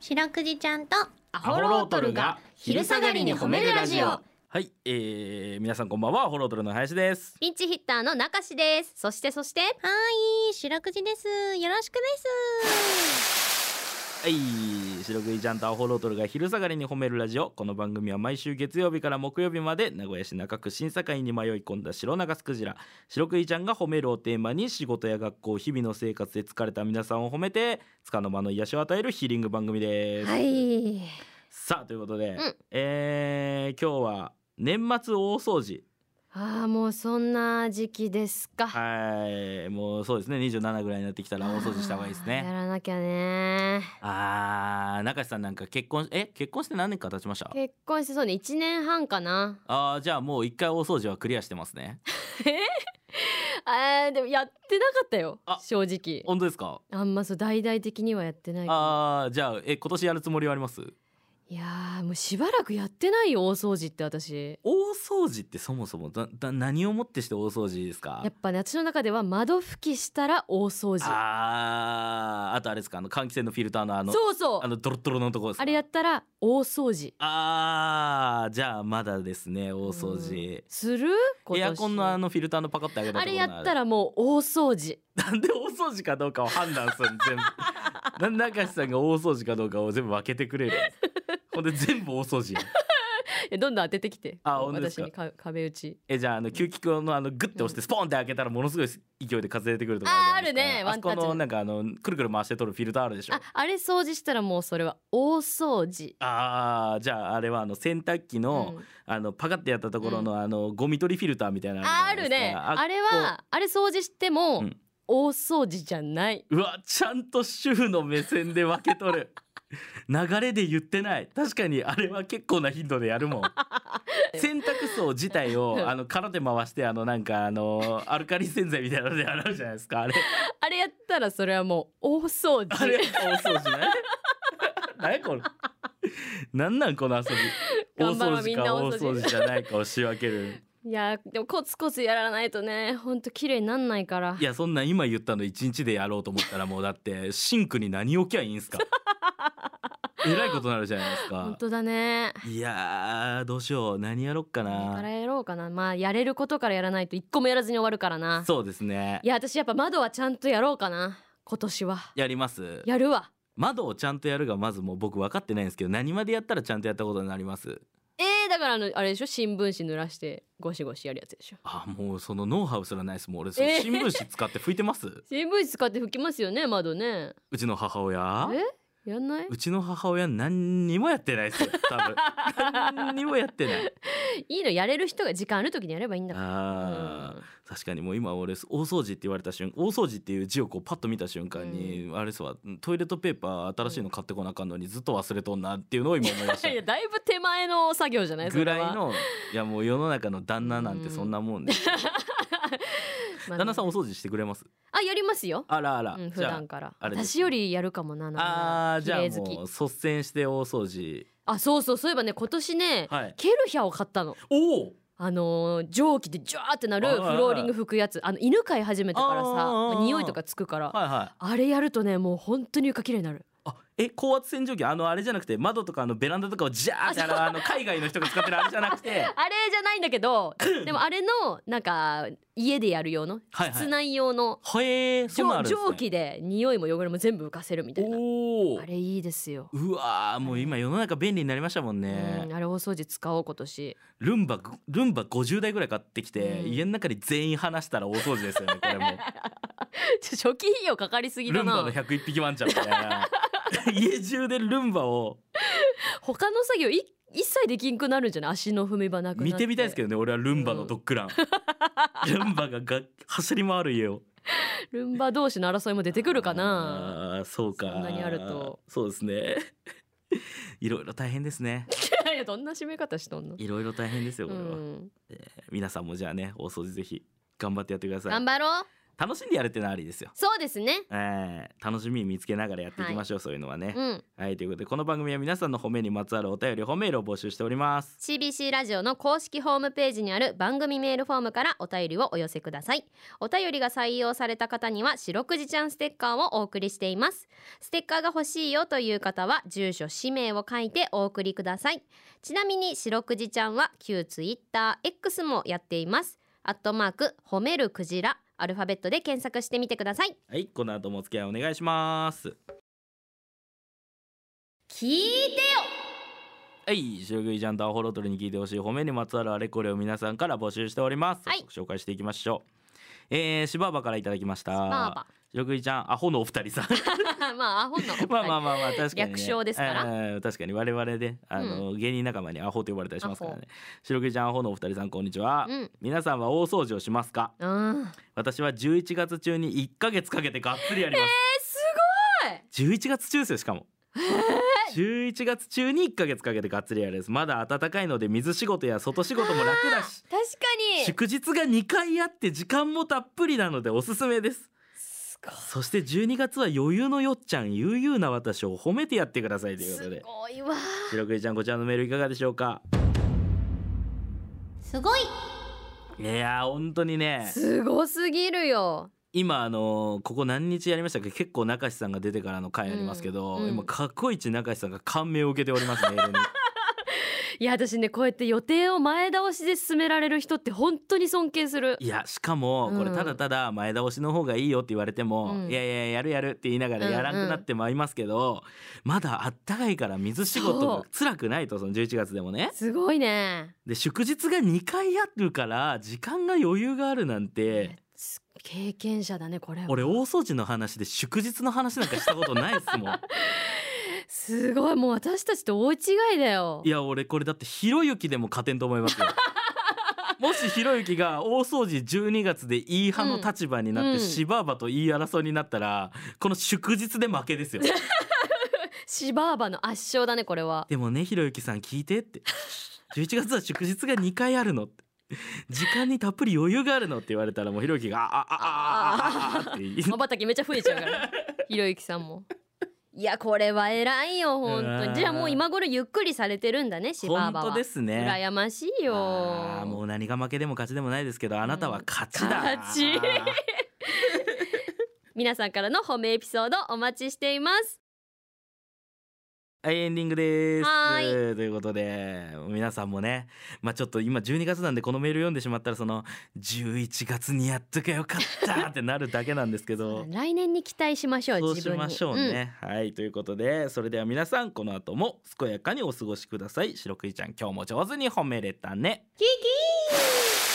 白くじちゃんとアホロートルが昼下がりに褒めるラジオはい、えー、皆さんこんばんは、ホロートルの林です。ピンチヒッターの中志ですそしてそしてはい白くじですよろしくですはい、白くいちゃんとアホロートルが昼下がりに褒めるラジオ。この番組は毎週月曜日から木曜日まで名古屋市中区審査会に迷い込んだ白長スクジラ。白くいちゃんが褒めるをテーマに仕事や学校、日々の生活で疲れた皆さんを褒めて、束の間の癒しを与えるヒーリング番組です。いさあ、ということで、うんえー今日は年末大掃除。ああもうそんな時期ですかはい、もうそうですね、27ぐらいになってきたら大掃除した方がいいですねあー。やらなきゃねあー中地さんなんか結婚え結婚して何年か経ちました結婚してそうね一年半かなあーじゃあもう一回大掃除はクリアしてますねえー、でもやってなかったよあ正直本当ですかあんまそう大々的にはやってないけどあーじゃあえ今年やるつもりはありますいやーもうしばらくやってないよ大掃除って私大掃除ってそもそもだだ何をもってして大掃除ですかやっぱね私の中では窓拭きしたら大掃除あーあとあれですかあの換気扇のフィルターのあのそうそうあのドロッドロのところですかあれやったら大掃除あーじゃあまだですね大掃除する今エ年アコンのあのフィルターのパカッて上げたあとこれろやったらもう大掃除 なんで大掃除かどうかを判断するの全部なん で明石さんが大掃除かどうかを全部分けてくれるのほんで全部大掃除いやどんどん当ててきてあこう本当です私かにか壁打ちえじゃああの吸気口のあのグッて押してスポンって開けたらものすごい勢いで風出てくるとかじゃないですかあーあるねワあンそタッこチでのなんかあのくるくる回して取るフィルターあるでしょああれ掃除したらもうそれは大掃除あーじゃああれはあの洗濯機の,、うんあのパカッてやったところのあのゴミ取りフィルターみたいなのああるるじゃないでねすかあれこうはあれ掃除してもうん大掃除じゃないう わちゃんと主婦の目線で分け取る流れで言ってない確かにあれは結構な頻度でやる もん洗濯槽自体うをんあの空手回してあのなんかあのアルカリ洗剤みたいなので洗うじゃないで すかあれあれやったらそれはもう大掃あれ除大掃除ね 何これなんなんこの遊び大頑張ろう掃除みんなか大大掃除掃除じゃないかを仕分けるいやでもコツコツやらないとねほんと綺麗になんないからいやそんなん今言ったの一日でやろうと思ったらもうだってシンクに何置きゃいいん すかえらいことになるじゃないですかほんとだねいやーどうしよう何やろっかこれからなやろうかなまあやれることからやらないと一個もやらずに終わるからなそうですねいや私やっぱ窓はちゃんとやろうかな今年はやりますやるわ窓をちゃんとやるがまずもう僕分かってないんですけど何までやったらちゃんとやったことになりますえー、だからあのあれでしょ新聞紙濡らしてゴシゴシやるやつでしょあもうそのノウハウすらないですもう俺そのえ新聞紙使って拭いてます、新聞紙使って拭きますよね窓ねうちの母親えやんないうちの母親何にもやってないですよ多分何にもやってないいいのやれる人が時間ある時にやればいいんだからあー確かにもう今俺大掃除って言われた瞬間大掃除っていう字をこうパッと見た瞬間に、あれっすわトイレットペーパー新しいの買ってこなあかんのにずっと忘れとんなっていうのを今思いましうんいやただいぶ手前の作業じゃないぐらいそれはのいやもう世の中の旦那なんてそんなもんで、まあ旦那さんお掃除してくれますあやりますよ、あらあら、うん、普じゃ段からあれです私よりやるかもななんあなあらーじゃあ綺麗好きもう率先して大掃除あそうそうそういえばね今年ね、はいケルヒャを買ったのおおあのー蒸気でジュワーってなるあフーローリング拭くやつあの犬飼い始めてからさあーあーまあ匂いとかつくからはいはいあれやるとねもう本当に床きれいになるあえ高圧洗浄機あのあれじゃなくて窓とかあのベランダとかをジャーってあのあの海外の人が使ってるあれじゃなくてあれじゃないんだけ どでもあれのなんか家でやる用のはいはい室内用のへえそんなんあるんです、ね、蒸気で匂いも汚れも全部浮かせるみたいなおおあれいいですよ、うわーもう今世の中便利になりましたもんね、うんあれ大掃除使おう今年ルンバルンバ50台ぐらい買ってきて、うん家の中に全員離したら大掃除ですよねこれも ちょ初期費用かかりすぎルだンバなの101匹ワンちゃんみたい な家中でルンバを他の作業い一切できんくなるんじゃない足の踏み場なくなって見てみたいですけどね俺はルンバのドッグラ ン、ルンバがが走り回る家をルンバ同士の争いも出てくるかなあーそうかそんなにあるとそうですね いろいろ大変ですねいやどんな締め方しとんの、いろいろ大変ですようこれは、ん、皆さんもじゃあね大掃除ぜひ頑張ってやってください頑張ろう楽しんでやるってのはありですよ、そうですねえー楽しみ見つけながらやっていきましょう、そういうのはね、うんはいということでこの番組は皆さんの褒めにまつわるお便り褒めールを募集しております CBC ラジオの公式ホームページにある番組メールフォームからお便りをお寄せくださいお便りが採用された方には白くじちゃんステッカーをお送りしていますステッカーが欲しいよという方は住所氏名を書いてお送りくださいちなみに白くじちゃんは旧 TwitterX もやっていますアットマーク褒めるクジラアルファベットで検索してみてくださいはいこの後もお付き合いお願いします聞いてよはい白食いジャンとアホロトルに聞いてほしい褒めにまつわるあれこれを皆さんから募集しております、はい早速紹介していきましょうえー、シバーバからいただきましたバーバ白食いちゃんアホのお二 人さんまあアホのお二人 まあまあまあまあ確かに、ね、略称ですからえー確かに我々で、あの、芸人仲間にアホと呼ばれたりしますからアね白食いちゃんアホのお二人さんこんにちは、うん皆さんは大掃除をしますかうん私は11月中に1ヶ月かけてがっつりやります、えすごい11月中ですよしかも。11月中に1ヶ月かけてがっつりやるですまだ暖かいので水仕事や外仕事も楽だし確かに祝日が2回あって時間もたっぷりなのでおすすめですすごいそして12月は余裕のよっちゃん悠々な私を褒めてやってくださいということすでごいわ白くじちゃんこちらのメールいかがでしょうかすごいいやー本当にねすごすぎるよ今あのーここ何日やりましたっけ結構中志さんが出てからの回ありますけど、うんうん今過去一中志さんが感銘を受けておりますメールにいや私ねこうやって予定を前倒しで進められる人って本当に尊敬するいやしかもこれうんただただ前倒しの方がいいよって言われても、うんいやいややるやるって言いながらやらなくなってまいりますけど、まだあったかいから水仕事が辛くないとその11月でもねすごいねで祝日が2回あるから時間が余裕があるなんてす経験者だねこれは俺大掃除の話で祝日の話なんかしたことないっす もんすごいもう私たちと大違いだよいや俺これだってひろゆきでも勝てんと思いますよもしひろゆきが大掃除12月でいい派の立場になっうてんシバーバと言い争いになったらこの祝日で負けですよシバーバの圧勝だねこれはでもねひろゆきさん聞いてって11月は祝日が2回あるのって時間にたっぷり余裕があるのって言われたらもうひろゆきがあああああああって言いまばたきめっちゃ増えちゃうから ひろゆきさんもいやこれは偉いよ本当うんにじゃあもう今頃ゆっくりされてるんだねシバ本ーバは当ですね羨ましいよあーもう何が負けでも勝ちでもないですけどあなたは勝ちだ、うん勝ちあー皆さんからの褒めエピソードお待ちしていますはい、エンディングです。はーということで皆さんもね、まあ、ちょっと今12月なんでこのメール読んでしまったらその11月にやっとけばよかったってなるだけなんですけど。来年に期待しましょうそう自し分にましょうね、はいということでそれでは皆さんこの後も健やかにお過ごしください白くいちゃん今日も上手に褒めれたねキキー